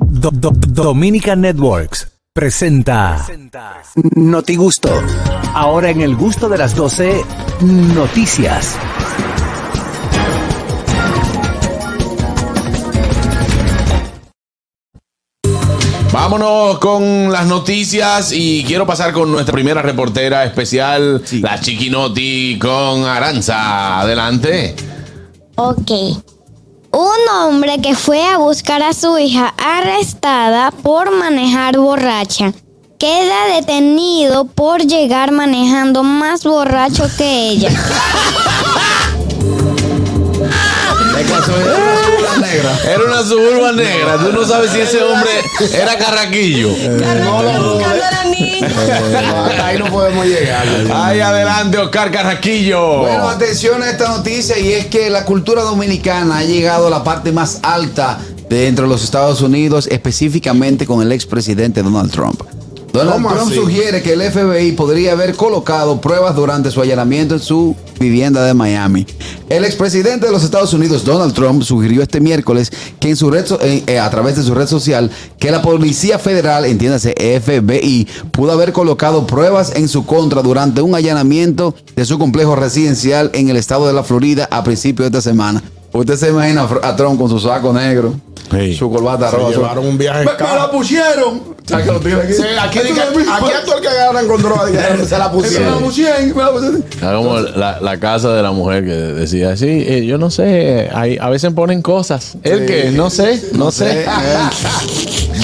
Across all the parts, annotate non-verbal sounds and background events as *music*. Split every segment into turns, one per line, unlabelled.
Do- Do- Dominica Networks presenta Noti Gusto. Ahora en el gusto de las 12, noticias.
Vámonos con las noticias y quiero pasar con nuestra primera reportera especial, la Chiquinoti con Aranza. Adelante.
Ok. Un hombre que fue a buscar a su hija arrestada por manejar borracha. Queda detenido por llegar manejando más borracho que
*laughs*
ella.
*laughs* Era una suburba negra. Tú no sabes si ese hombre era carraquillo.
Eh, Hasta ahí Eh, no podemos llegar.
Ay, adelante, Oscar Carraquillo.
Bueno, atención a esta noticia y es que la cultura dominicana ha llegado a la parte más alta de dentro de los Estados Unidos, específicamente con el expresidente Donald Trump. Donald
¿Cómo
Trump
así?
sugiere que el FBI podría haber colocado pruebas durante su allanamiento en su vivienda de Miami. El expresidente de los Estados Unidos, Donald Trump, sugirió este miércoles que en su red so- eh, eh, a través de su red social que la Policía Federal, entiéndase FBI, pudo haber colocado pruebas en su contra durante un allanamiento de su complejo residencial en el estado de la Florida a principios de esta semana. Usted se imagina a Fr- a Trump con su saco negro, su corbata
Se
roja. su-
llevaron un viaje en
Me- me
carro.
la pusieron. ¿Sabes que lo tienen aquí?
Se- aquí
Esto
dice-
no es mi
aquí
fa-
a todo el que agarran con droga dice, se
Me
la
la
pusieron.
pusieron, me la pusieron.
Era como la, la casa de la mujer que decía, sí, eh, yo no sé, hay- a veces ponen cosas. El que, no sé, no sé.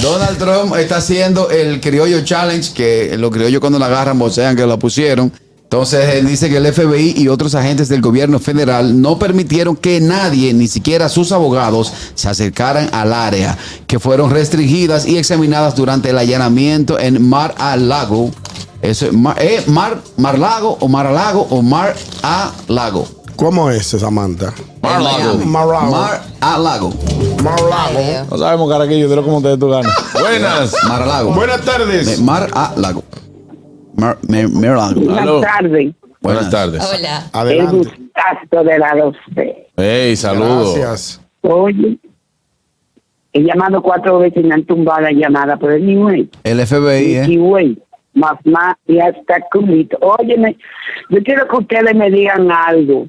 Donald Trump está haciendo el criollo challenge, que los criollos cuando la agarran vocean que la pusieron. Entonces él dice que el FBI y otros agentes del gobierno federal no permitieron que nadie, ni siquiera sus abogados, se acercaran al área, que fueron restringidas y examinadas durante el allanamiento en Mar-a-Lago. Eso es Mar, eh, Mar, Mar-Lago o Mar-a-Lago o Mar-a-Lago.
¿Cómo es esa manta?
Mar-a-Lago.
Mar-a-Lago.
Mar-a-lago.
Mar-a-Lago.
No sabemos, Carraquillo, pero cómo te tú ganas. *laughs* Buenas.
Mar-a-Lago.
Buenas
De
tardes.
mar a lago. Mar, me- me- lago.
Aló.
Buenas tardes.
eh. Buenas tardes.
Hola.
El
Adelante.
gustazo de la 12.
Hey, saludos.
Gracias.
Oye, he llamado cuatro veces y me han tumbado la llamada por el nivel.
El FBI, ¿eh?
güey, más más y hasta culito. Óyeme, yo quiero que ustedes me digan algo.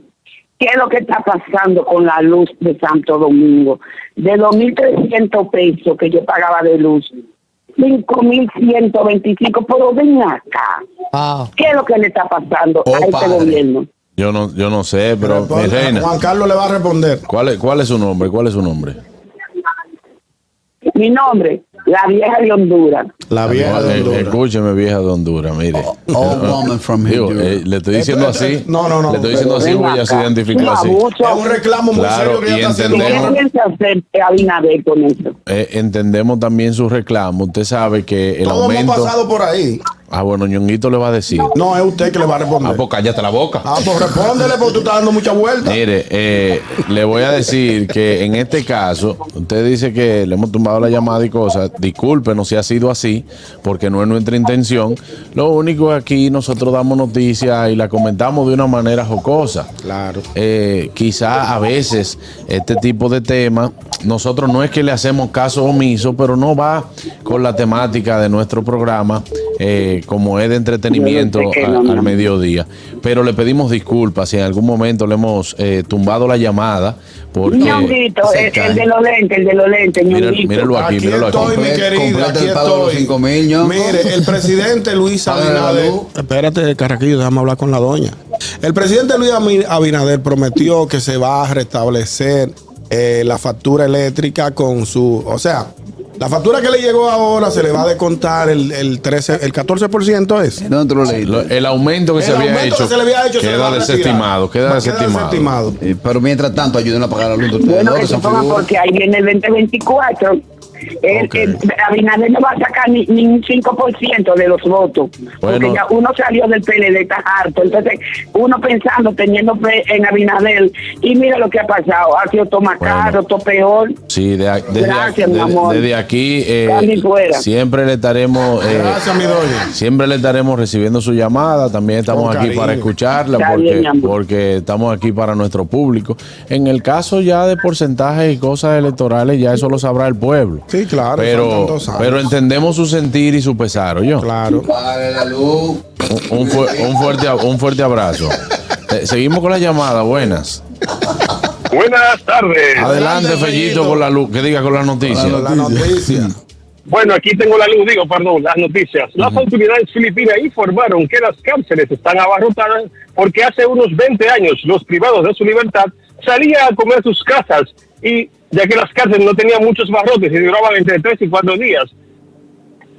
¿Qué es lo que está pasando con la luz de Santo Domingo? De 2.300 pesos que yo pagaba de luz, 5.125, pero ven acá.
Wow.
¿Qué es lo que le está pasando
Oh,
a este
padre.
gobierno?
Yo no, yo no sé, pero mi
Responde.
reina,
Juan Carlos le va a responder.
¿cuál es, ¿cuál es su nombre? ¿Cuál es su nombre?
Mi nombre, la vieja de Honduras.
La vieja
Eh,
de Honduras.
Escúcheme, vieja de Honduras, mire.
All
*laughs*
Oh, woman from
Digo,
Honduras.
eh, le estoy diciendo
Esto- esto-
así.
no, no, no,
Le estoy
pero
diciendo así
ven
porque ella se
acá.
identificó
Un
así.
abuso.
Es un reclamo muy
Claro,
serio que ella
y
está haciendo.
¿Qué
entendemos.
piensa hacer eh, Abinader con eso?
Eh, entendemos también su reclamo. Usted sabe que el
Todos hemos
aumento.
pasado por ahí.
Ah, bueno, ñonguito le va a decir.
No, es usted que le va a
Ah,
responder.
pues cállate la boca.
Ah, pues respóndele porque tú estás dando mucha vuelta.
Mire, eh, le voy a decir que en este caso, usted dice que le hemos tumbado la llamada y cosas. Discúlpenos si ha sido así, porque no es nuestra intención. Lo único es aquí nosotros damos noticias y la comentamos de una manera jocosa.
Claro.
Eh, quizá a veces este tipo de temas, nosotros no es que le hacemos caso omiso, pero no va con la temática de nuestro programa, eh, como es de entretenimiento
Yo no sé qué,
a-
no, mi
al
amor.
mediodía. Pero le pedimos disculpas si en algún momento le hemos eh, tumbado la llamada. Porque
Ñonguito,
se
el,
cae.
el de los lentes, el de los lentes,
Mira-
Ñonguito.
míralo aquí,
Aquí
míralo aquí.
estoy, mi
Compre-
querida.
complete
Aquí
el pago de los
estoy.
cinco mil, ñonco.
Mire, el presidente Luis
Pague la
Abinader.
luz.
Espérate, Carraquillo, déjame hablar con la doña. El presidente Luis Ami- Abinader prometió que se va a restablecer eh, la factura eléctrica con su. O sea, la factura que le llegó ahora se le va a descontar el, el 13, el 14% es.
No, tú lo leíste.
Lo- el aumento que,
El
se, había
aumento
hecho,
que se le había hecho se le va
queda
a retirar.
desestimado, queda
Va,
desestimado.
Eh, pero mientras tanto, ayuden a pagar la luz de ustedes
Bueno,
dos,
que se
son
pongan
figuras.
porque ahí viene el 2024. El,
Ok.
el- Abinader no va a sacar ni, ni un 5% de los votos. Porque
Bueno.
ya uno salió del PLD, está harto. Entonces, uno pensando, teniendo fe en Abinader, y mira lo que ha pasado. Ha sido todo más
Bueno.
caro, todo peor.
Sí, de, a- desde,
Gracias,
a-
mi
de-
amor.
desde aquí eh,
Cali fuera.
siempre le estaremos eh,
Gracias, mi doña.
siempre le estaremos recibiendo su llamada. También estamos
Con
aquí
cariño.
para escucharla
Está bien,
porque,
mi amor.
porque estamos aquí para nuestro público. En el caso ya de porcentajes y cosas electorales, ya eso lo sabrá el pueblo.
Sí, claro. son
Pero,
tantos años.
pero entendemos su sentir y su pesar, yo.
Claro.
Para la luz.
Un, un fu- un fuerte, ab- un fuerte abrazo. Eh, seguimos con la llamada, buenas.
Buenas tardes.
Adelante,
Fellito.
Fellito, con la luz, que diga con la noticia.
La noticia.
Bueno, aquí tengo la luz, digo, perdón, las noticias. Las autoridades filipinas informaron que las cárceles están abarrotadas porque hace unos 20 años los privados de su libertad salían a comer sus casas y ya que las cárceles no tenían muchos barrotes y duraban entre 3 y 4 días,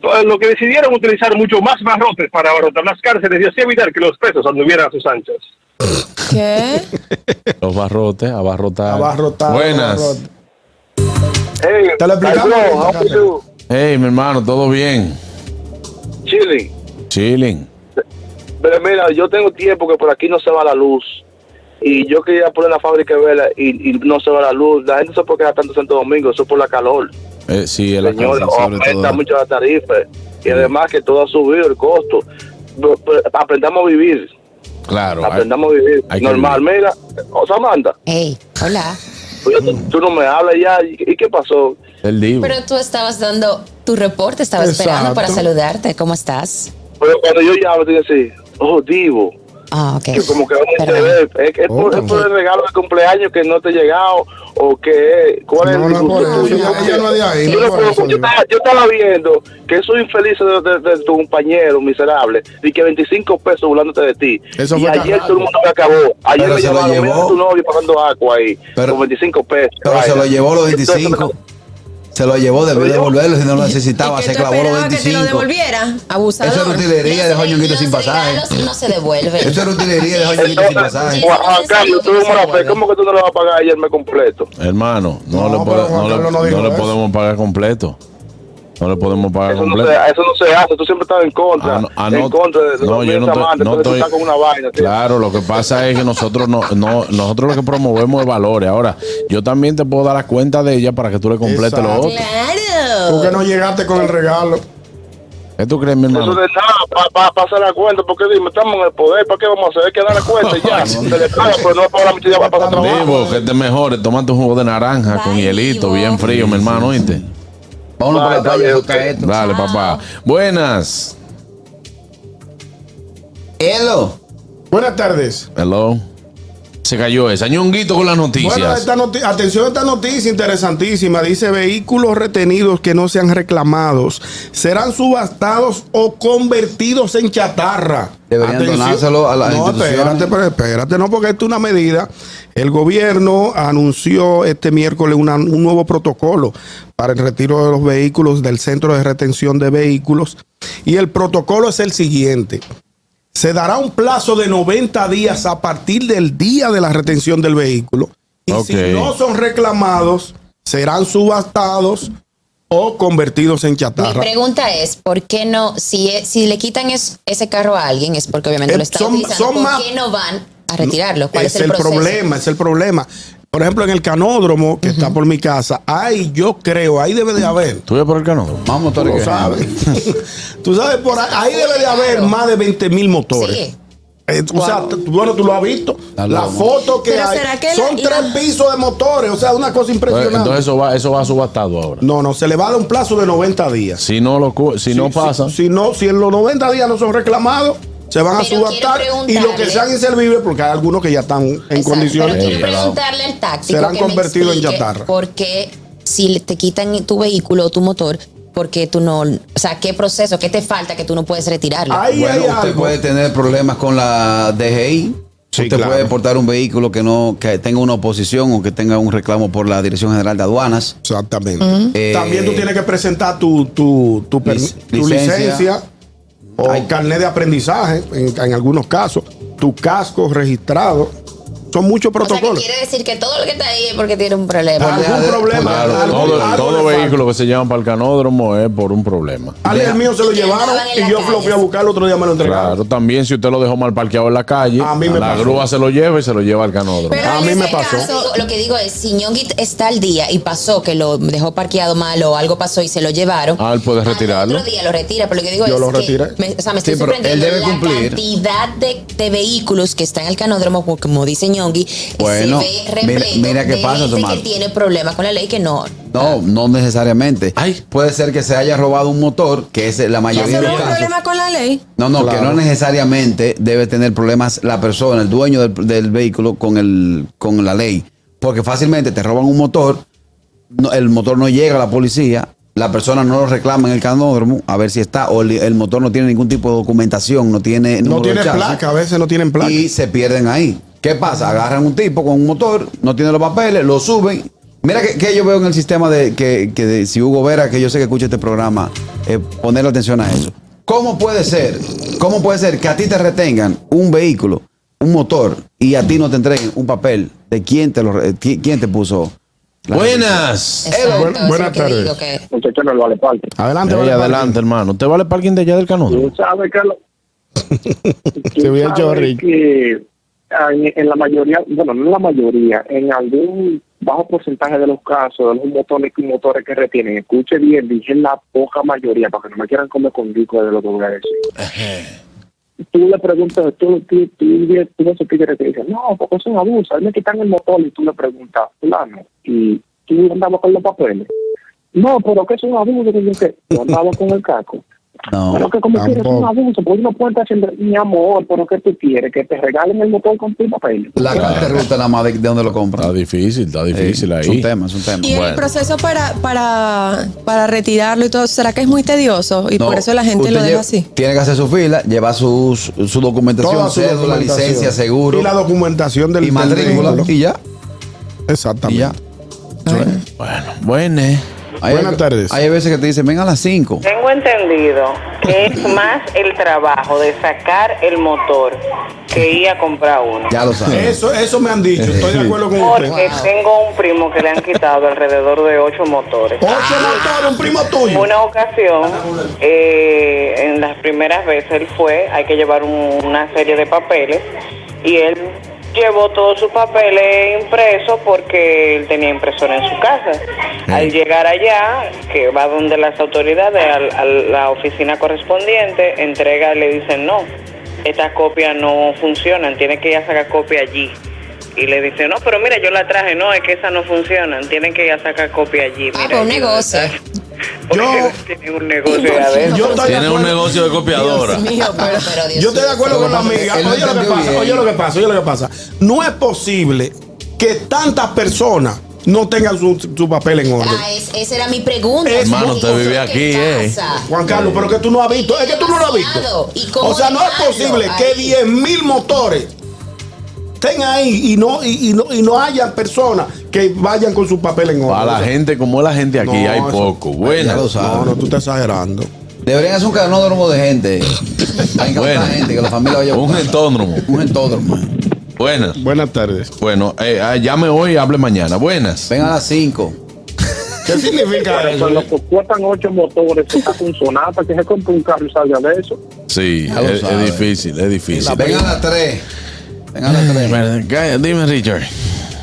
eh, lo que decidieron utilizar mucho más barrotes para abarrotar las cárceles y así evitar que los presos anduvieran a sus anchas.
¿Qué?
Los barrotes, abarrotar.
Abarrotar,
Buenas.
abarrotar.
Hey,
Te lo explicamos Carlos, ahorita, how are Carlos. you?
Hey, mi hermano, ¿todo bien?
Chile.
Chilling.
Pero mira, yo tengo tiempo que por aquí no se va la luz. Y yo quería poner la fábrica de vela y, y no se va la luz. La gente no se puede quedar tanto en Santo Domingo, eso por la calor.
Eh, sí, el
Señores,
casa, sobre
aumenta
todo.
mucho la tarifa. Y además que todo ha subido el costo. Pero- pero Aprendamos a vivir.
Claro. eh, hay-
Aprendamos a vivir.
hay que
Normal, mira. O sea, Amanda,
Ey, hola.
oye, tú, tú no me hablas ya. ¿Y y qué pasó?
El divo.
Pero tú estabas dando tu reporte, estaba esperando para saludarte. ¿Cómo estás?
Pero cuando yo llamo, tengo que decir, oh, Divo.
Ah, ok. Oh.
que como que no te
Perdón.
ve. es, es por, es por el regalo de cumpleaños que no te ha llegado o que cuál es
No,
el
no, por
disgusto?
eso,
Yo
ella-
no-
ella no es de ahí,
yo
no
no
por eso,
puedo- yo
Diva.
estaba- yo estaba viendo que esos infelices de, de- de tu compañero miserable y que 25 pesos burlándote de ti
Eso
y
fue
ayer
carajo.
todo el mundo me acabó ayer
Pero
me
se lo
llamaron mira
llevó.
tu novio pagando agua ahí
Pero-
con 25 pesos
Pero se lo
vaina.
llevó los
Entonces, *laughs*
25. Se lo llevó, debió devolverlo si no lo necesitaba.
¿Y que
Se
tú
clavó los
esperabas que te lo
25.
devolviera? Abusador.
Eso es utilería de
Los-
Joñonguito
los
sin pasaje.
regalos No se devuelve.
Eso era utilería de Joñonguito sin
entonces,
pasaje.
Juan Juan Carlos, tú eres un mala fe, ¿cómo que tú no le vas a pagar ayer me completo?
Hermano, no,
No,
le,
pero
pode-
Juan
no le-
Carlos no
no
dijo
le
eso.
podemos pagar completo. No le podemos pagar
Eso no,
completo.
se, eso no se hace, tú siempre estás en contra.
Ah, no- ah,
en contra de, de
no,
los
yo no
no
estoy- no
entonces tú
estoy-
estás con una vaina. tío.
Claro, lo que pasa es que nosotros no, no- nosotros lo que promovemos es valores. Ahora, yo también te puedo dar la cuenta de ella para que tú le completes lo
Exacto.
otro.
¿Por qué
Claro.
no llegaste con el regalo?
¿Qué tú crees, mi
Eso
hermano?
de nada, para pa, pasar la cuenta, porque dime, estamos en el poder, ¿para qué vamos a hacer? Hay que dar la cuenta y ya. Se le paga, pero no para la muchacha para pasar trabajo.
Divo, que te mejores, toma tu jugo de naranja con
Bye,
hielito,
Divo.
bien frío, mi hermano, ¿oíste?
Vámonos para la
Está
playa,
bien,
eso cae esto.
Dale,
Chao.
papá. Buenas.
Elo.
Buenas tardes.
Hello. Se cayó esa. Ñonguito con las
Bueno,
noticias.
esta noti- atención a esta noticia interesantísima. Dice, vehículos retenidos que no sean reclamados serán subastados o convertidos en chatarra.
Deberían donárselo a las
no,
instituciones.
espérate, pero espérate, no, porque esto es una medida. El gobierno anunció este miércoles una- un nuevo protocolo para el retiro de los vehículos del centro de retención de vehículos. Y el protocolo es el siguiente. Se dará un plazo de 90 días a partir del día de la retención del vehículo. Y
Ok.
si no son reclamados, serán subastados o convertidos en
Mi
chatarra.
pregunta es, ¿por qué no? Si, es- si le quitan es- ese carro a alguien, es porque obviamente
Eh,
lo están
son-
utilizando.
son
¿Por
más-
qué no van a retirarlo? ¿Cuál es,
es el,
proceso?
problema, es el problema. Por ejemplo, en el canódromo que está por mi casa, ahí yo creo, ahí debe de haber.
¿Tú ves por el canal?
Más motores
Tú
que
sabes. Tú sabes, *laughs* por ahí, ahí debe de haber más de 20 mil motores.
Sí.
Eh, o sea, t- bueno, tú lo has visto.
Dale,
la
vamos.
foto que
Pero
hay
será que
son
la-
tres
la-
pisos de motores. O sea, una cosa
Entonces,
impresionante.
entonces eso va, eso va subastado ahora.
no, no, se le va a dar un plazo de 90 días.
Si no lo cu- si no
Si-
pasa.
Si, si no, si en los 90 días no son reclamados, se van a
Pero quiero
subastar. Y los que
preguntarle-
sean inservibles, porque hay algunos que ya están en
Exacto,
condiciones.
Pero quiero
Ey,
preguntarle al táctico.
Serán
que me
convertidos en
explique
chatarra.
¿Por qué si le- te quitan tu vehículo o tu motor, por qué tú no. O sea, ¿qué proceso, qué te falta que tú no puedes retirarlo?
Ahí
Bueno,
hay
usted
algo.
puede tener problemas con la DGI.
Sí,
usted
claro.
puede portar un vehículo que no que tenga una oposición o que tenga un reclamo por la Dirección General de Aduanas.
Exactamente.
Mm.
Eh,
También tú tienes que presentar tu, tu, tu, permi-
Lic-
tu licencia.
licencia.
o
Ay.
carnet de aprendizaje, en, en algunos casos, tu casco registrado. Son muchos
o sea, que
protocolos.
quiere decir que todo lo que está ahí es porque tiene un problema.
algún
Deja de-
problema.
Claro,
algo-
todo,
algo
todo
le falta.
vehículo que se llama para el canódromo es por un problema.
Ale, el mío se lo
Y que
llevaron
andaban en
y
las
yo lo fui a
calles.
buscar el otro día me lo entregaron.
Claro, también si usted lo dejó mal parqueado en la calle,
A mí me
la
pasó.
grúa se lo lleva y se lo lleva al canódromo.
Pero
A
en
mí
ese
me pasó.
caso, lo que digo es, si Ñonguit está al día y pasó que lo dejó parqueado mal o algo pasó y se lo llevaron.
Ah, él puede
al
retirarlo.
otro día lo retira, pero lo que digo
Yo
es
lo
que
retiré.
me- o sea, me
Sí,
estoy
pero él
sorprendiendo
debe
la
cumplir.
cantidad de, de vehículos que están en el canódromo, porque como dice Ñongui
Bueno,
y se ve
mira-
repleto
mira qué
de
pasa,
gente
Tomás.
que tiene problemas con la ley que no.
No, no necesariamente.
Ay.
Puede ser que se haya robado un motor, que es la
¿Eso
mayoría
no
de los
es un
casos.
problema con la ley?
No, no, que
Claro.
no necesariamente debe tener problemas la persona, el dueño del, del vehículo con, el, con la ley. Porque fácilmente te roban un motor, no- el motor no llega a la policía, la persona no lo reclama en el canódromo, a ver si está, o el, el motor no tiene ningún tipo de documentación, no tiene... número
No
de
tiene
chasis,
placa, a veces no tienen placa.
Y se pierden ahí. ¿Qué pasa? Agarran un tipo con un motor, no tiene los papeles, lo suben. Mira que, que yo veo en el sistema de que, que de- si Hugo Vera, que yo sé que escucha este programa, eh, ponerle atención a eso. ¿Cómo puede ser? ¿Cómo puede ser que a ti te retengan un vehículo, un motor, y a ti no te entreguen un papel de quién te lo re- qui- quién, te puso? la
Buenas.
Exacto, eso
bueno,
es
buenas
lo que
tardes.
digo, que-
Muchachos, no vale parte.
Adelante,
Ey,
vale, vale.
adelante, hermano. ¿Te vale el parking de allá del
Tú
*laughs*
Canódromo?
sabes, Carlos. tú
Te hubiera hecho
sabes
rico.
que ah, en, en la mayoría, bueno, no en la mayoría, en algún bajo porcentaje de los casos, de los motores, motores que retienen, escuche bien, dije la poca mayoría, para que no me quieran comer con disco de lo que voy a decir. Tú le preguntas, tú, tú, tú, tú, tú ves que te dicen, no, porque es un abuso, a mí me quitan el motor y tú le preguntas, fulano, y tú andabas con los papeles. No, pero que es un abuso, que yo qué, yo andaba con el caco. Pero
No.
que como quieres
tampoco.
un abuso, porque no puedes haciendo, mi amor, pero que tú quieres, que te regalen el motor con tu papel.
La carta de ruta nada más de, de donde lo
Está
compran.
difícil, está difícil
Eh,
ahí.
Es un tema, es un tema.
Y el
Bueno.
proceso para, para, para retirarlo y todo, ¿será que es muy tedioso? Y
No,
por eso la gente
usted
lo deja
lleva-
así.
Tiene que hacer su fila, llevar su, su- su documentación,
Toda su
cédula,
documentación.
licencia, seguro.
Y la documentación del
y matrícula
del-
y ya. Y
Exactamente.
ya.
Bueno, buenas.
Buenas tardes.
Hay veces que te dicen, ven a las 5.
Tengo entendido que
*laughs*
es más el trabajo de sacar el motor que ir a comprar uno.
Ya lo sabes.
Eso, eso me han dicho. Estoy de acuerdo con usted.
Porque tengo un primo que le han quitado alrededor de ocho motores.
Ocho motores, un primo
En
tuyo.
una ocasión, eh, en las primeras veces él fue, hay que llevar un- una serie de papeles y él llevó todos sus papeles impresos porque él tenía impresora en su casa. Al llegar allá, que va donde las autoridades, al- a la oficina correspondiente, entrega y le dicen no, estas copias no funcionan, tiene que ir a sacar copia allí. Y le dice, no, pero mira, yo la traje, no, es que esas no funcionan, tienen que ir a sacar copia allí.
Ah,
mira,
pues un
y yo,
negocio.
Yo-
yo tiene un negocio de adentro.
Yo estoy de
Tiene un
acuerdo.
negocio de copiadora.
Mío, pero, pero Dios
Yo estoy de
mío.
acuerdo con la
Lo que pasa
amiga.
es que él
Oye
no
lo que
entendió
pasa,
bien.
oye lo que pasa, oye lo que pasa. No es posible que tantas personas no tengan su, su papel en orden.
Ah, es- esa era mi pregunta.
Es-
Hermano, usted
¿Qué
vive aquí, eh.
pasa?
Juan Carlos, pero que tú no has visto. Es que tú no lo has visto.
Demasiado. ¿Y cómo
O sea, no es
dejarlo
posible
ahí?
que 10 mil motores estén ahí y no, y, y no, y no haya personas que vayan con su papel en orden.
Para la gente como la gente aquí
No,
hay
eso-
poco.
Ya lo
Buenas.
sabes.
No, no, tú estás exagerando.
Deberían hacer un canódromo de
*laughs*
gente. Hay que
Bueno.
buscar gente, que la familia vaya a
Un
buscarla.
entódromo.
Un entódromo.
Buenas.
Buenas tardes.
Bueno, eh, ah, llame hoy, hable mañana. Buenas.
Ven a las 5.
¿Qué significa
Pero
eso?
los que cuestan ocho motores, se saca un sonata, que se compra un carro y salga de eso.
Sí,
Ya lo
es,
sabe.
es difícil, es difícil.
Ven a las 3. Ven a las 3.
Bueno, calla, Dime, Richard.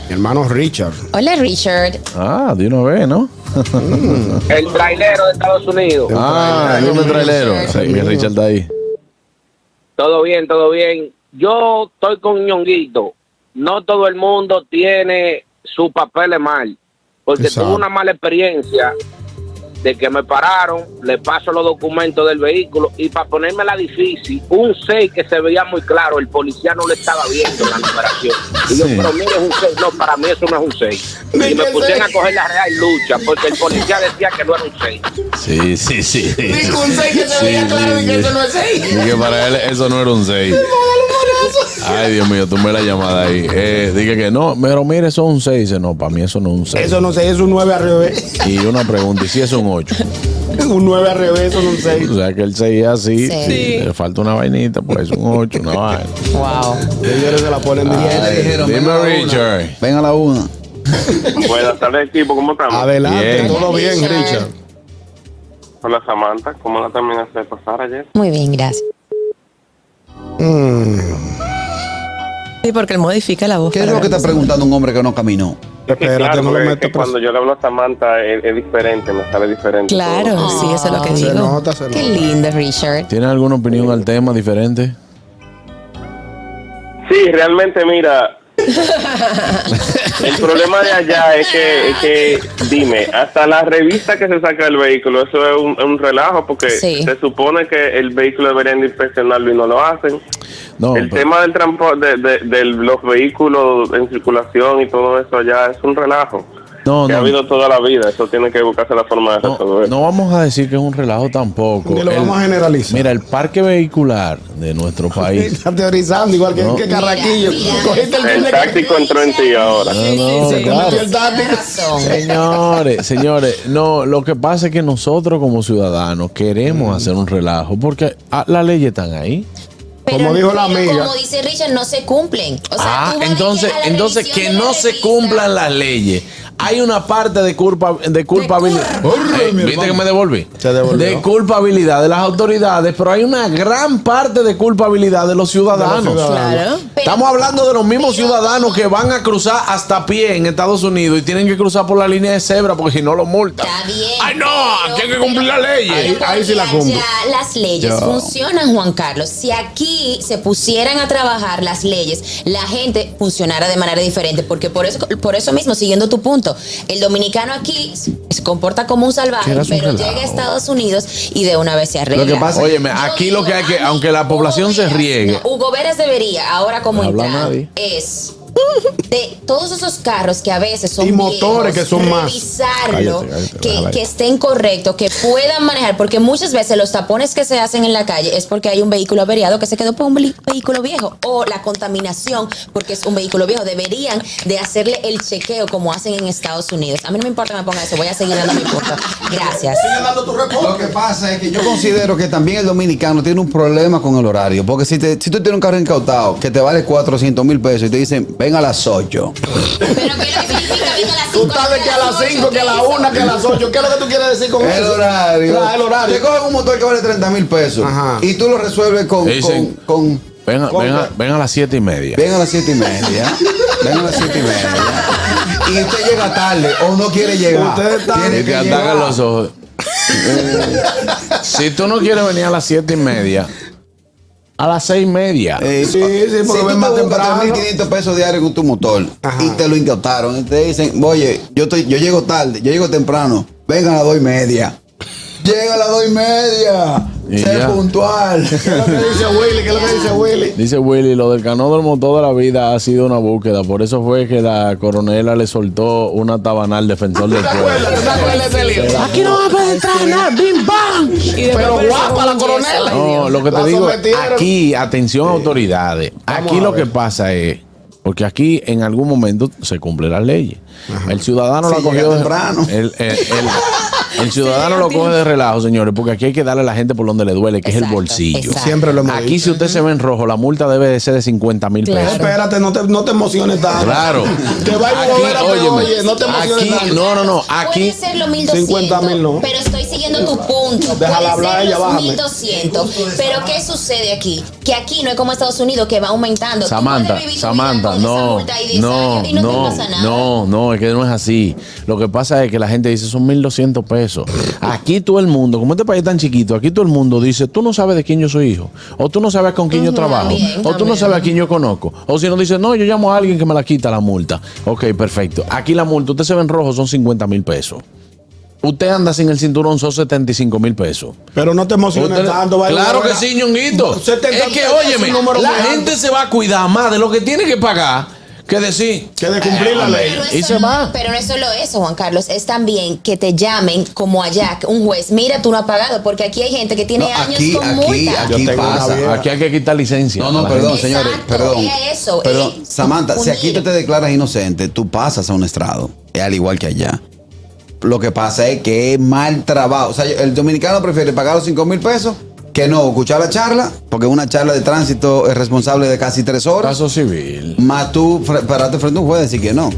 Mi hermano Richard.
Hola, Richard.
Ah, de una vez, ¿no?
Mm.
El trailero de Estados Unidos.
*laughs* Ah,
trailero.
dime trailero.
Richard.
Sí, que Richard está ahí.
Todo bien, todo bien. Yo estoy con Ñonguito. No todo el mundo tiene su papel mal. Porque
Exacto.
tuve una mala experiencia de que me pararon, le paso los documentos del vehículo y para ponérmela difícil, un 6 que se veía muy claro, el policía no le estaba viendo la numeración. Y yo,
Sí.
pero mire, es un 6. No, para mí eso no es un 6.
Ni
Y me
que
pusieron
seis.
a coger la real lucha porque el policía decía que no era un 6.
Sí, sí, sí.
que se veía claro y que eso no es seis.
Y que
*laughs*
para él eso no era un 6. Ay, Dios mío, tumbé la llamada ahí. Eh, dije que no, pero mire, eso es un 6. Dice, no, para mí eso no es un 6.
Eso no sé, es un 9 al revés. *laughs*
Y una pregunta, ¿y si es un 8?
Un 9 al revés, eso no es un 6.
O sea, que él seguía así,
Sí.
sí, le falta una vainita, pues es un 8, una vaina.
Wow.
Ellos se la ponen
Y a él
difícil.
le dijeron, ven
Dime,
a la una.
Richard.
Ven a la 1.
Buenas tardes, equipo, ¿cómo estamos?
Ah. Adelante,
Bien.
todo bien,
Richard.
Richard.
Hola, Samantha, ¿cómo la terminaste de pasar ayer?
Muy bien, gracias.
Mm.
Sí, porque él modifica la voz.
¿Qué es
para
lo que está
verlo.
preguntando un hombre que no caminó?
Espérate, no le meto preso.
yo le hablo a Samantha es, diferente, me sale diferente.
Claro, sí, eso es lo que
Ah, Se
digo.
nota, se
Qué
nota.
lindo, Richard.
¿Tiene alguna opinión al tema diferente? *laughs*
Sí, realmente, mira,
El problema de allá es que, es que, dime, hasta la revista que se saca del vehículo, eso es un, un relajo porque
Sí.
se supone que el vehículo deberían de inspeccionarlo y no lo hacen.
No,
el
pero-
tema del transporte, de, de- de los vehículos en circulación y todo eso allá es un relajo.
No,
que ha
no.
habido toda la vida, eso tiene que buscarse la forma de resolver.
No vamos a decir que es un relajo tampoco.
Ni lo
vamos a generalizar.
Mira, el parque vehicular de
*laughs*
nuestro país.
Está teorizando, igual que,
No.
que Carraquillo. Cogiste el
El
cable
táctico entró en ti ahora.
No,
que-
claro. eh.
metió el táctico.
Señores, señores, no, lo que pasa es que nosotros como ciudadanos queremos hacer un relajo porque ah, las leyes están ahí.
Pero- pero Como dice Richard, no se cumplen. O sea,
ah,
tú vas
entonces,
a la
entonces que no se cumplan las leyes. Hay una parte de culpa de culpabilidad. Eh, ¿Viste que me devolví? De culpabilidad de las autoridades, pero hay una gran parte de culpabilidad de los ciudadanos.
ciudadanos. Claro.
Estamos hablando de los mismos ciudadanos que van a cruzar hasta a pie en Estados Unidos y tienen que cruzar por la línea de cebra porque si no lo multan. Ay, no, aquí hay que cumplir las leyes.
Pero porque allá las leyes
Yo.
funcionan, Juan Carlos. Si aquí se pusieran a trabajar las leyes, la gente funcionara de manera diferente. Porque por eso, por eso mismo, siguiendo tu punto, el dominicano aquí se comporta como un salvaje,
Quieras un
pero
relajo.
llega a Estados Unidos y de una vez se arregla.
Lo que pasa, óyeme, aquí lo que hay que, aunque la población se riegue,
Hugo Veras debería, ahora como
No habla
Intran,
nadie.
es de todos esos carros que a veces son
Y
viejos,
motores que son más.
revisarlo,
Cállate, cállate,
que,
déjala ahí.
que estén correctos, que puedan manejar, porque muchas veces los tapones que se hacen en la calle es porque hay un vehículo averiado que se quedó por un veli- vehículo viejo o la contaminación porque es un vehículo viejo. Deberían de hacerle el chequeo como hacen en Estados Unidos. A mí no me importa que me pongan eso, voy a seguir dando mi punto. Gracias.
Lo que pasa es que yo considero que también el dominicano tiene un problema con el horario. Porque si, te- si tú tienes un carro incautado que te vale 400 mil pesos y te dicen, ven a las 8. *laughs*
Tú sabes que a las 5, que a las 1, que a las 8. ¿Qué es lo que tú quieres decir con
El
eso?
horario.
Claro, el horario.
Te cogen un motor que vale 30 mil pesos. Y tú lo resuelves con.
Te dicen,
con, con
ven, a-
con-
ven a- ven a las siete y media.
Ven a las 7 y media. ven a las 7 y media. Y usted llega tarde o no quiere llegar.
Ustedes están-
Tiene
Y
que
te atacan
llegar. *laughs*
los ojos. si tú no quieres venir a las siete y media, a las seis y media.
Eh, si tú te buscas 3.500 pesos diarios con tu motor y te lo incautaron y te dicen, oye, yo, estoy, yo llego tarde, yo llego temprano, venga a las dos y media. Llega a las dos y media.
Y
sé
ya.
puntual. ¿Qué es lo que dice Willy? ¿Qué es lo que dice Willy?
Dice Willy, lo del canódromo toda la vida ha sido una búsqueda. Por eso fue que la coronela le soltó una tabanal defensor del pueblo.
Aquí no va a poder entrar nada, bim bam.
Pero guapa la coronela.
No, lo que te
La
digo,
sometieron.
aquí, atención autoridades, aquí
a
lo
ver.
que pasa es, porque aquí en algún momento se cumplen las leyes. El ciudadano
Si
lo ha
llega
cogido
temprano.
de, *laughs* el, el- el- el ciudadano lo coge de relajo, señores, porque aquí hay que darle a la gente por donde le duele, que es el bolsillo.
exacto. Siempre lo hemos
Aquí si usted se ve en rojo, la multa debe de ser de 50 mil
No,
pesos.
Espérate, no te, no te emociones tanto. *laughs*
Claro.
Te va a
Aquí,
mover a
óyeme,
oye, no te emociones
aquí,
tanto.
no, no, no, aquí.
Puede ser los 1200,
50.000 no.
pero estoy siguiendo tu punto.
Déjala
Puede
hablar,
ser
ella,
los
bájame.
1200, pero ¿qué sucede aquí? Que aquí no es como Estados Unidos que va aumentando. Tú
Samantha,
puedes vivir tu vida
Samantha,
con esa
no,
multa y diez
no,
años y no te
no,
pasa nada.
no, no, es que no es así. Lo que pasa es que la gente dice son 1.200 pesos. Aquí todo el mundo, como este país es tan chiquito, aquí todo el mundo dice, tú no sabes de quién yo soy hijo, o tú no sabes con quién yo
Ujú,
trabajo,
también,
o tú no
también.
sabes a quién yo conozco. O si no dice, no, yo llamo a alguien que me la quita la multa. Ok, perfecto. Aquí la multa, usted se ve en rojo, son 50 mil pesos. Usted anda sin el cinturón, son 75 mil pesos.
Pero no te emociones
Usted-
tanto. vaya,
claro
vaya.
que sí, ñonguito.
Se te-
es que,
es
óyeme,
un número
la
muy alto.
gente se va a cuidar más de lo que tiene que pagar que decir.
Que de cumplir la ley.
Pero eso no- Pero no es solo eso, Juan Carlos. Es también que te llamen como allá, que un juez. Mira, tú no has pagado, porque aquí hay gente que tiene
No,
años
aquí, ah,
con
aquí,
multa.
Aquí pasa.
Aquí hay que quitar licencia.
No, no,
La
perdón,
gente-
señores, perdón.
es eso,
Perdón,
es
Samantha, si
unir.
aquí tú te declaras inocente, tú pasas a un estrado, es al igual que allá. Lo que pasa es que es mal trabajo. O sea, el dominicano prefiere pagar los 5 mil pesos que no escuchar la charla, porque una charla de tránsito es responsable de casi tres horas.
Caso civil.
Más tú fre- pararte frente a un juez y decir que no.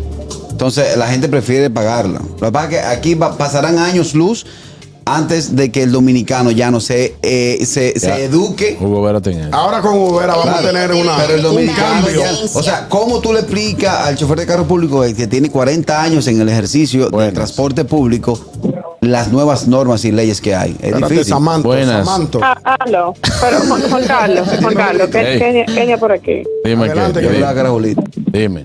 Entonces, la gente prefiere pagarla. Lo que pasa es que aquí va- pasarán años luz antes de que el dominicano ya no se, eh, se,
Ya.
se eduque
Hugo Vera tenía.
Ahora con Ubera vamos
Claro,
a tener una.
Pero el dominicano.
cambio.
ya- o sea, ¿cómo tú le explicas al chofer de carro público que tiene 40 años en el ejercicio del transporte público las nuevas normas y leyes que hay? Es
Espérate,
difícil.
Samantha, Buenas. Samantha.
Ah, ah, no. Pero Juan, Juan Carlos, Juan Carlos, que
Ey.
Kenia, Kenia por aquí.
Dime
Adelante, que
que,
habla Carolita.
dime.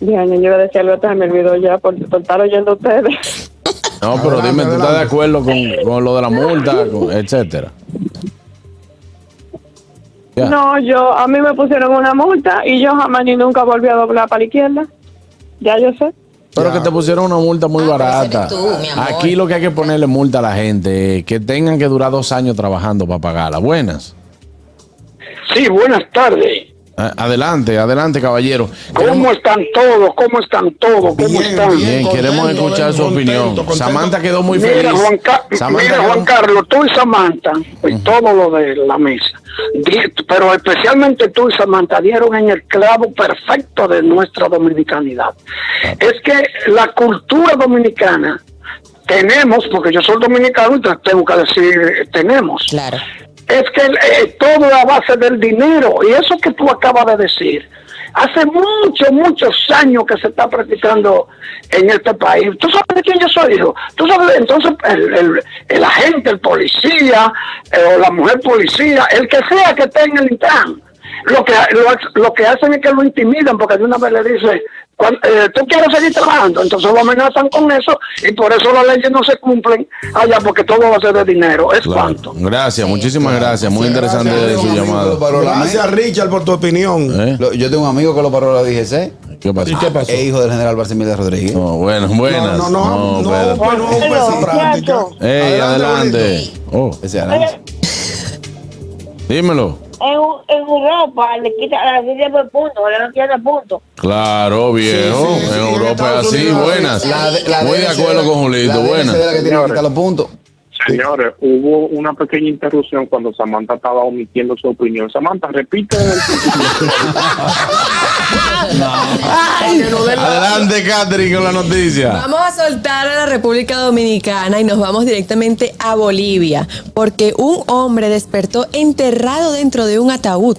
Diana, yo iba a decir algo, hasta se me olvidó ya por, por estar oyendo a ustedes.
No, pero dime, ¿tú estás de acuerdo con, con lo de la multa, con- etcétera? Ya.
No, yo, a mí me pusieron una multa y yo jamás ni nunca volví a doblar para la izquierda. Ya yo sé.
Pero que te pusieron una multa muy barata.
tú, mi amor.
Aquí lo que hay que ponerle multa a la gente es que tengan que durar dos años trabajando para pagarla. Buenas.
Sí, buenas tardes.
A- Adelante, adelante, caballero.
¿Cómo están todos? ¿Cómo están todos? ¿Cómo están?
Bien, queremos escuchar su opinión. Samantha quedó muy
Mira,
feliz.
Juan, Ca-
Samantha
mira,
quedó-
Juan Carlos, tú y Samantha, y todo lo de la mesa, di- pero especialmente tú y Samantha dieron en el clavo perfecto de nuestra dominicanidad.
Ah.
Es que la cultura dominicana tenemos, porque yo soy dominicano y te- tengo que decir eh, tenemos.
Claro.
Es que eh, todo es a base del dinero y eso que tú acabas de decir. Hace muchos, muchos años que se está practicando en este país. ¿Tú sabes de quién yo soy hijo? ¿Tú sabes? Entonces, el, el- el agente, el policía, eh, o la mujer policía, el que sea que esté en el Intran, lo que, lo, lo que hacen es que lo intimidan porque de una vez le dice, "Cuan- eh, tú quieres seguir trabajando, entonces lo amenazan con eso y por eso las leyes no se cumplen allá porque todo va a ser de dinero. Es
Claro. Gracias, muchísimas gracias. Muy interesante
Gracias,
su
amigo,
llamada.
Gracias,
Richard, por tu opinión.
Lo- yo tengo un amigo que lo paró la DGC.
¿Eh? ¿Qué pasó?
Es hijo del general Barcimilda Rodríguez.
No, bueno, buenas.
No, no, no.
espérate. Ey, adelante. Oh. Dímelo.
En, en Europa le quitan a la gente por punto, le dan 10 puntos.
Claro, viejo. en Europa es así. buenas. Muy de acuerdo con Julito. Buenas.
Señores, hubo una pequeña interrupción cuando Samantha estaba omitiendo su opinión. Samantha,
*laughs*
repite.
Adelante, Catherine, con la noticia.
Vamos a soltar a la República Dominicana y nos vamos directamente a Bolivia, porque un hombre despertó enterrado dentro de un ataúd.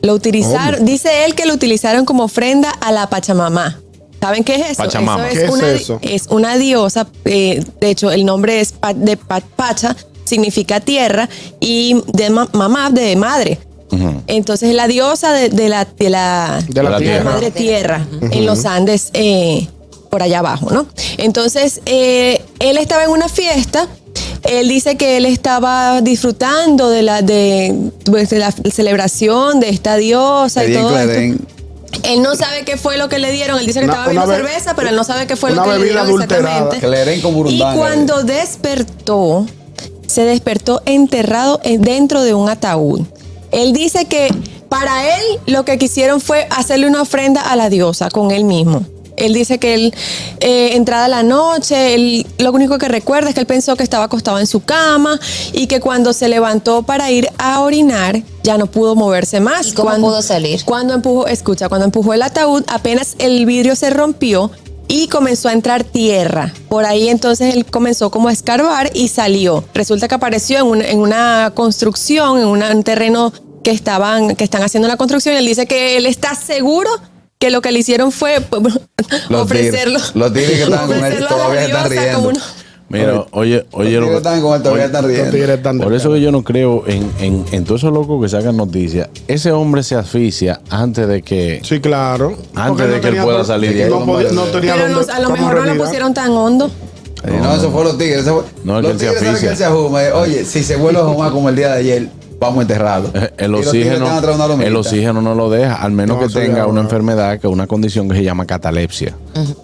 Lo utilizaron, dice él que lo utilizaron como ofrenda a la Pachamamá. ¿Saben qué es eso?
Pachamama.
Eso
¿Qué es
una, di-
eso?
es una diosa, eh, de hecho el nombre es Pa- de Pa- Pacha, significa tierra, y de ma- mamá, de madre. Entonces la diosa de, de la, de la,
De la tierra.
madre tierra
Ujú.
en los Andes, eh, por allá abajo, ¿no? Entonces eh, él estaba en una fiesta. Él dice que él estaba disfrutando de la, de, pues, de la celebración de esta diosa y todo esto. Él no sabe qué fue lo que le dieron. Él dice que
Una-
estaba bebiendo
una be-
cerveza, pero él no sabe qué fue lo
una
que le
bebida
dieron
adulterada.
exactamente.
Clerén con
y
burundanga,
cuando despertó, se despertó enterrado en- dentro de un ataúd. Él dice que para él lo que quisieron fue hacerle una ofrenda a la diosa con él mismo. Él dice que él, eh, entrada la noche, él, lo único que recuerda es que él pensó que estaba acostado en su cama y que cuando se levantó para ir a orinar, ya no pudo moverse más. cuando, pudo salir? Cuando empujó, escucha, cuando empujó el ataúd, apenas el vidrio se rompió y comenzó a entrar tierra. Por ahí entonces él comenzó como a escarbar y salió. Resulta que apareció en, un- en una construcción, en una- un terreno que estaban, que están haciendo la construcción. y él dice que él está seguro que lo que le hicieron fue *laughs*
Los tigres-
ofrecerlo.
Los tigres
*laughs*
que estaban
Pues
con él todavía están riendo.
Mira, oye, oye,
tigres
lo que-
están con el todavía
oye,
están riendo. Los tigres están
Por eso que yo no creo en, en, en todos esos locos que sacan noticias. Ese hombre se asfixia antes de que.
Sí, claro.
Antes de
no
que él
tenía
pueda
dónde-
salir de ahí.
no podía- no tenía
Pero no- a lo mejor no lo pusieron tan hondo.
No, eso fue los tigres. eso fue-
No, es
los
que él se
tigres saben
asfixia.
que él se ajuma. eh, Oye, si se
*laughs*
vuelve a ajumar como el día de ayer, vamos a enterrarlo. Y
Eh, El
los tigres están atrás de una
oxígeno,
lomita.
el oxígeno no lo deja, al menos
No,
que
eso ya
tenga
no.
una enfermedad, que una condición que se llama catalepsia,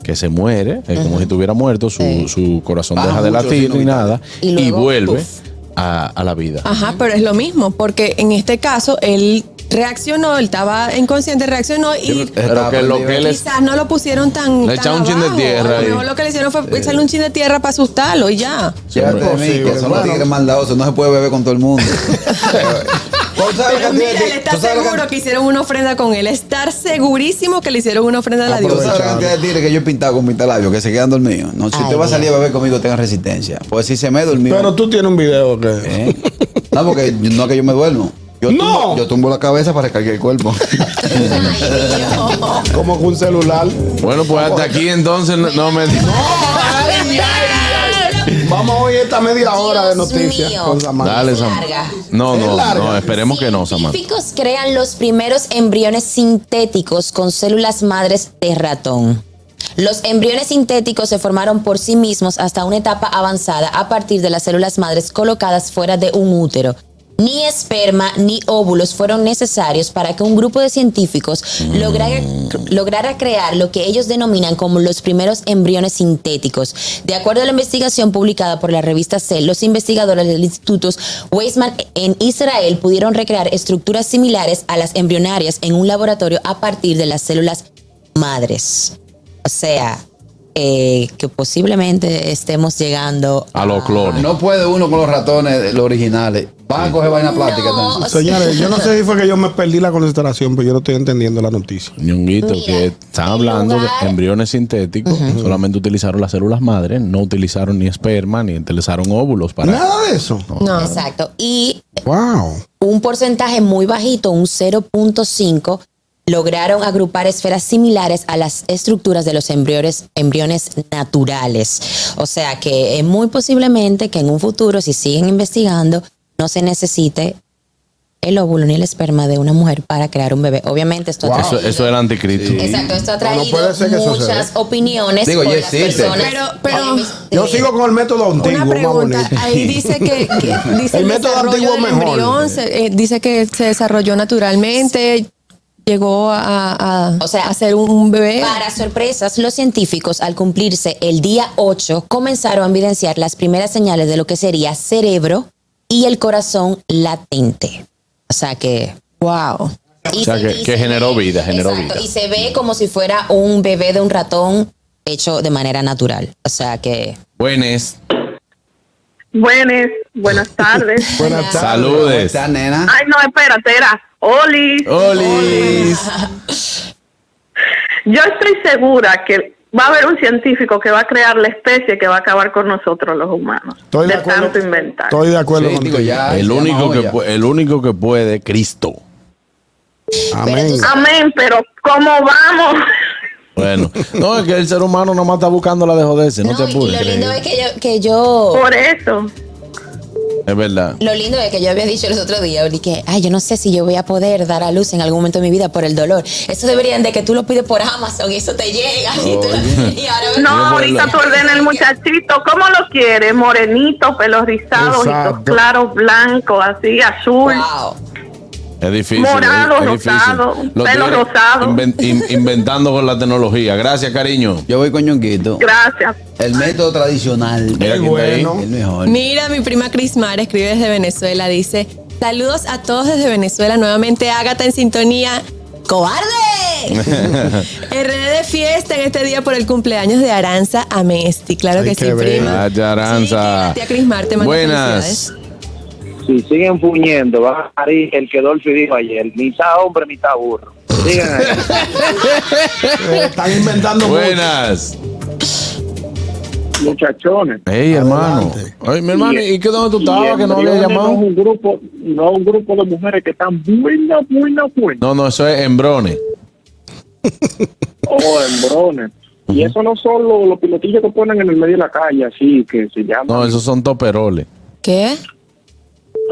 que se muere, es como si estuviera muerto, su, su corazón
Baja
deja de
mucho
latir
los
ni nada,
Y
y,
luego,
vuelve
puf.
a, a la vida.
Ajá, pero es lo mismo, porque en este caso él reaccionó, él estaba inconsciente, reaccionó y
Pero que lo que él es-
quizás no lo pusieron tan.
Le
tan
echaron un chin de
abajo.
tierra
A lo
ahí. Eh.
mejor lo que le hicieron fue echarle un chin de tierra para asustarlo y ya.
Llévate de mí, que son los tigres maldadosos. No se puede beber con todo el
*laughs*
mundo.
Pero mira, él está seguro que hicieron una ofrenda con él. Estar segurísimo que le hicieron una ofrenda a la
Ah, pero
diosa.
¿sabes la cantidad de tigres que yo he pintado con pintalabio que se quedan dormidos? No, si
Ay,
usted va a salir a beber conmigo, tenga resistencia. Pues si se me dormió.
Pero tú tienes un video que.
No, porque yo- no es que yo me duermo. Yo, tumbo, yo tumbo la cabeza para recargar el cuerpo.
Como con un celular.
Bueno, pues hasta aquí entonces no, no me.
ay, ay, ay.
*laughs* Vamos hoy esta media hora de
Dios
noticias
mío.
con Samantha.
Dale, Sam.
Larga.
No,
Es
no,
larga.
no, esperemos que no, Samantha.
Científicos crean los primeros embriones sintéticos con células madres de ratón. Los embriones sintéticos se formaron por sí mismos hasta una etapa avanzada a partir de las células madres colocadas fuera de un útero. Ni esperma ni óvulos fueron necesarios para que un grupo de científicos lograra, lograra crear lo que ellos denominan como los primeros embriones sintéticos. De acuerdo a la investigación publicada por la revista Cell, los investigadores del Instituto Weizmann en Israel pudieron recrear estructuras similares a las embrionarias en un laboratorio a partir de las células madres. O sea, eh, que posiblemente estemos llegando
*laughs*
Ah,
A los clones.
No puede uno con los ratones, eh, los originales. Van a coger vaina plástica. también.
Señores, yo no sé si fue que yo me perdí la concentración, pero yo no estoy entendiendo la noticia.
Ñonguito, que están hablando de embriones sintéticos, solamente utilizaron las células madres, no utilizaron ni esperma, ni utilizaron óvulos para...
Nada de eso.
No. Exacto. Y
Wow.
un porcentaje muy bajito, un 0.5, lograron agrupar esferas similares a las estructuras de los embriones, embriones naturales. O sea que es muy posiblemente que en un futuro, si siguen investigando, no se necesite el óvulo ni el esperma de una mujer para crear un bebé. Obviamente esto ha
Eso,
traído-
eso era anticristo.
Exacto, esto ha
Pero no
traído
puede ser que eso se
muchas
dé.
opiniones
Digo,
por
ya
las
existe.
personas.
Pero, pero
Yo sigo con el método antiguo, más
pregunta,
bonito.
ahí dice que, que dice
*laughs* el
el,
método
desarrollo
antiguo
del
es mejor.
embrión, se- eh, dice que se desarrolló naturalmente, llegó a, a- a ser un bebé.
Para sorpresas, los científicos al cumplirse el día 8 comenzaron a evidenciar las primeras señales de lo que sería cerebro y el corazón latente. O sea que...
¡Wow!
O sea, que, que generó vida, generó
Exacto,
vida.
y se ve como si fuera un bebé de un ratón hecho de manera natural. O sea que...
Buenas.
Buenas, buenas *laughs* tardes.
Buenas tardes. Saludes.
Está, nena.
Ay, no, espérate, era Oli.
Oli.
Yo estoy segura que va a haber un científico que va a crear la especie que va a acabar con nosotros los humanos.
Estoy de
de
acuerdo.
tanto inventar.
Estoy de acuerdo
Sí, digo,
contigo.
ya.
El
se
único,
llama
que,
olla.
pu- el único que puede, Cristo.
Amén.
Amén, pero ¿cómo vamos?
Bueno, no, es que el ser humano nomás está buscando la de joderse, no,
No,
te
y lo
apures.
lindo es que yo... Que yo
Por eso.
Es verdad.
Lo lindo es que yo había dicho los otros días, Oli, que, ay, yo no sé si yo voy a poder dar a luz en algún momento de mi vida por el dolor. Eso deberían de que tú lo pides por Amazon y eso te llega. Y, tú lo- y ahora ves-
No,
Yo
ahorita
por
tú ordenas el muchachito. ¿Cómo lo quieres? Morenito, pelos rizados, ojitos
Exacto.
claros, blancos, así, azul.
Wow.
Es difícil.
Morado,
es, es difícil.
rosado,
Los
pelo
tigres
rosado.
inven- in- inventando con la tecnología. Gracias, cariño.
Yo voy con
*laughs*
Ñonguito.
Gracias.
El método tradicional.
Mira quién está ahí.
El mejor.
Mira, mi prima Crismar escribe desde Venezuela, dice, saludos a todos desde Venezuela, nuevamente Ágata en sintonía.
*laughs*
¡Cobarde! RD de fiesta en este día por el cumpleaños de Aranza Amesti. Claro
Ay,
que
qué
sí,
bella.
prima.
Gracias, Aranza.
La tía Crismar te manda
Buenas.
Si siguen puñendo, va a parir el que Dolphy dijo ayer, mitad hombre, mitad burro. Sigan ahí.
*laughs*
Eh, Están inventando
Buenas.
muchachones.
Hey, hermano.
Adelante.
Ay, mi hermano, ¿y qué dónde tú estabas que no había
embriones No
llamado?
es un grupo, no es un grupo de mujeres que están buenas, buenas, buenas.
No, no, eso es embrones.
O Oh, hembrones. Y eso no son los, los pilotillos que ponen en el medio de la calle, así que se llaman.
No, esos son toperoles.
¿Qué?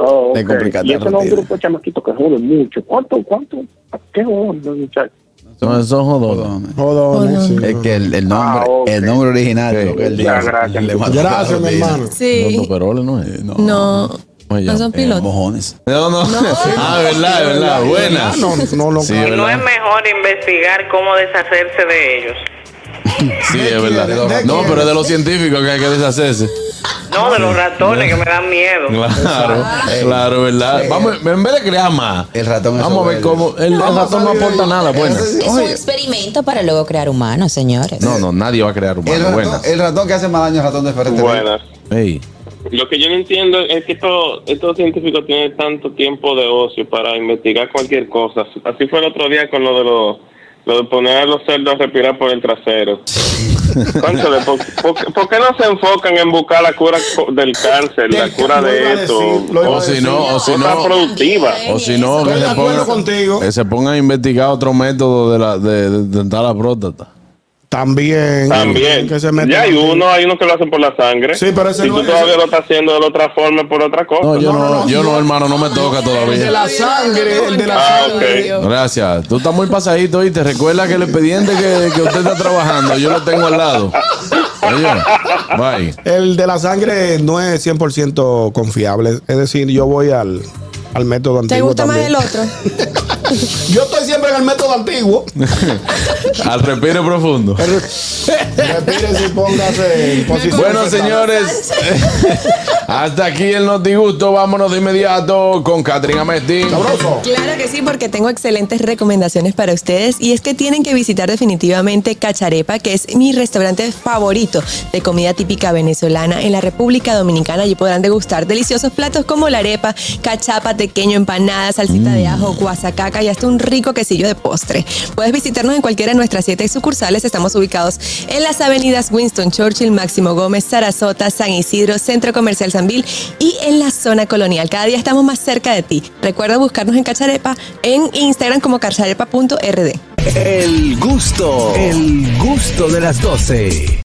Oh,
Te
ok.
complicaste
Y eso no es un
retiro.
grupo de chamaquitos que joden mucho. ¿Cuánto, cuánto? ¿A ¿Qué onda, muchachos?
No, esos son jodones.
Perdón.
Jodones, sí.
Es que el, el nombre,
Ah, ok.
el nombre original.
Sí.
lo que él
Muchas
dice,
gracias.
le mató
Gracias,
la
mi
noticia.
hermano.
Los
Sí.
toperoles no es. No,
No,
¿cómo se
no
llama?
son
Eh,
pilotos.
mojones.
No, no. *laughs* Ah, verdad, es verdad. Buenas.
Ah, No, no, no.
Sí,
no.
es
No es
verdad.
mejor investigar cómo deshacerse de ellos.
Sí, es
¿De
verdad.
quién?
No, pero es de los científicos que hay que deshacerse.
No, de los ratones que me dan miedo.
Ah, Claro, claro, verdad. Vamos, en vez de crear más,
El ratón es
vamos a ver
soberbio.
cómo. El, el
Vamos a
ratón no
salir
aporta
de-
nada, bueno.
Ese-
Es un experimento para luego crear humanos, señores.
No, no, nadie va a crear
El
humano.
ratón,
Buenas.
el ratón que hace más daño es el ratón de Ferretería.
Buenas.
Ey,
Lo que yo no entiendo es que esto- estos científicos tienen tanto tiempo de ocio para investigar cualquier cosa. Así fue el otro día con lo de los lo de poner a los cerdos a respirar por el trasero. Cónchale, ¿por, por, qué- por qué no se enfocan en buscar la cura co- del cáncer, la
Del
cura
cáncer, lo iba
de
a
esto?
decir, lo iba a
O si
decir.
no, o si
Otra
no.
productiva.
O si no, que
Estoy de
se,
acuerdo
ponga,
contigo.
que se pongan a investigar otro método de, la, de, de, tentar la próstata.
También.
También.
Que se meten
ya hay
también.
uno, hay uno que lo hacen por la sangre.
Sí, pero ese
y
no
tú
es-
todavía lo estás haciendo de la otra forma, por otra cosa.
No, yo no, yo no, hermano, no me toca
El de
todavía.
la sangre, el de la
Ah,
sangre.
Gracias. Tú estás muy pasadito y te recuerda que el expediente que, que usted está trabajando, yo lo tengo al lado. Oye, *laughs* bye.
El de la sangre no es 100% confiable. Es decir, yo voy al, al método antiguo.
¿Te gusta más
también.
el otro?
Yo estoy siempre en el método
*laughs*
antiguo.
Al respiro profundo.
Retírese y póngase en posición.
Bueno,
fetal.
señores, hasta aquí el notigusto. Vámonos de inmediato con Catherine Amestín.
Claro que sí, porque tengo excelentes recomendaciones para ustedes y es que tienen que visitar definitivamente Cacharepa, que es mi restaurante favorito de comida típica venezolana en la República Dominicana. Allí podrán degustar deliciosos platos como la arepa, cachapa, tequeño, empanada, salsita
Mm.
de ajo, guasacaca y hasta un rico quesillo de postre. Puedes visitarnos en cualquiera de nuestras siete sucursales. Estamos ubicados en las avenidas Winston Churchill, Máximo Gómez, Sarasota, San Isidro, Centro Comercial Sanvil y en la zona colonial. Cada día estamos más cerca de ti. Recuerda buscarnos en Cacharepa en Instagram como cacharepa.rd.
El gusto, el gusto de las 12.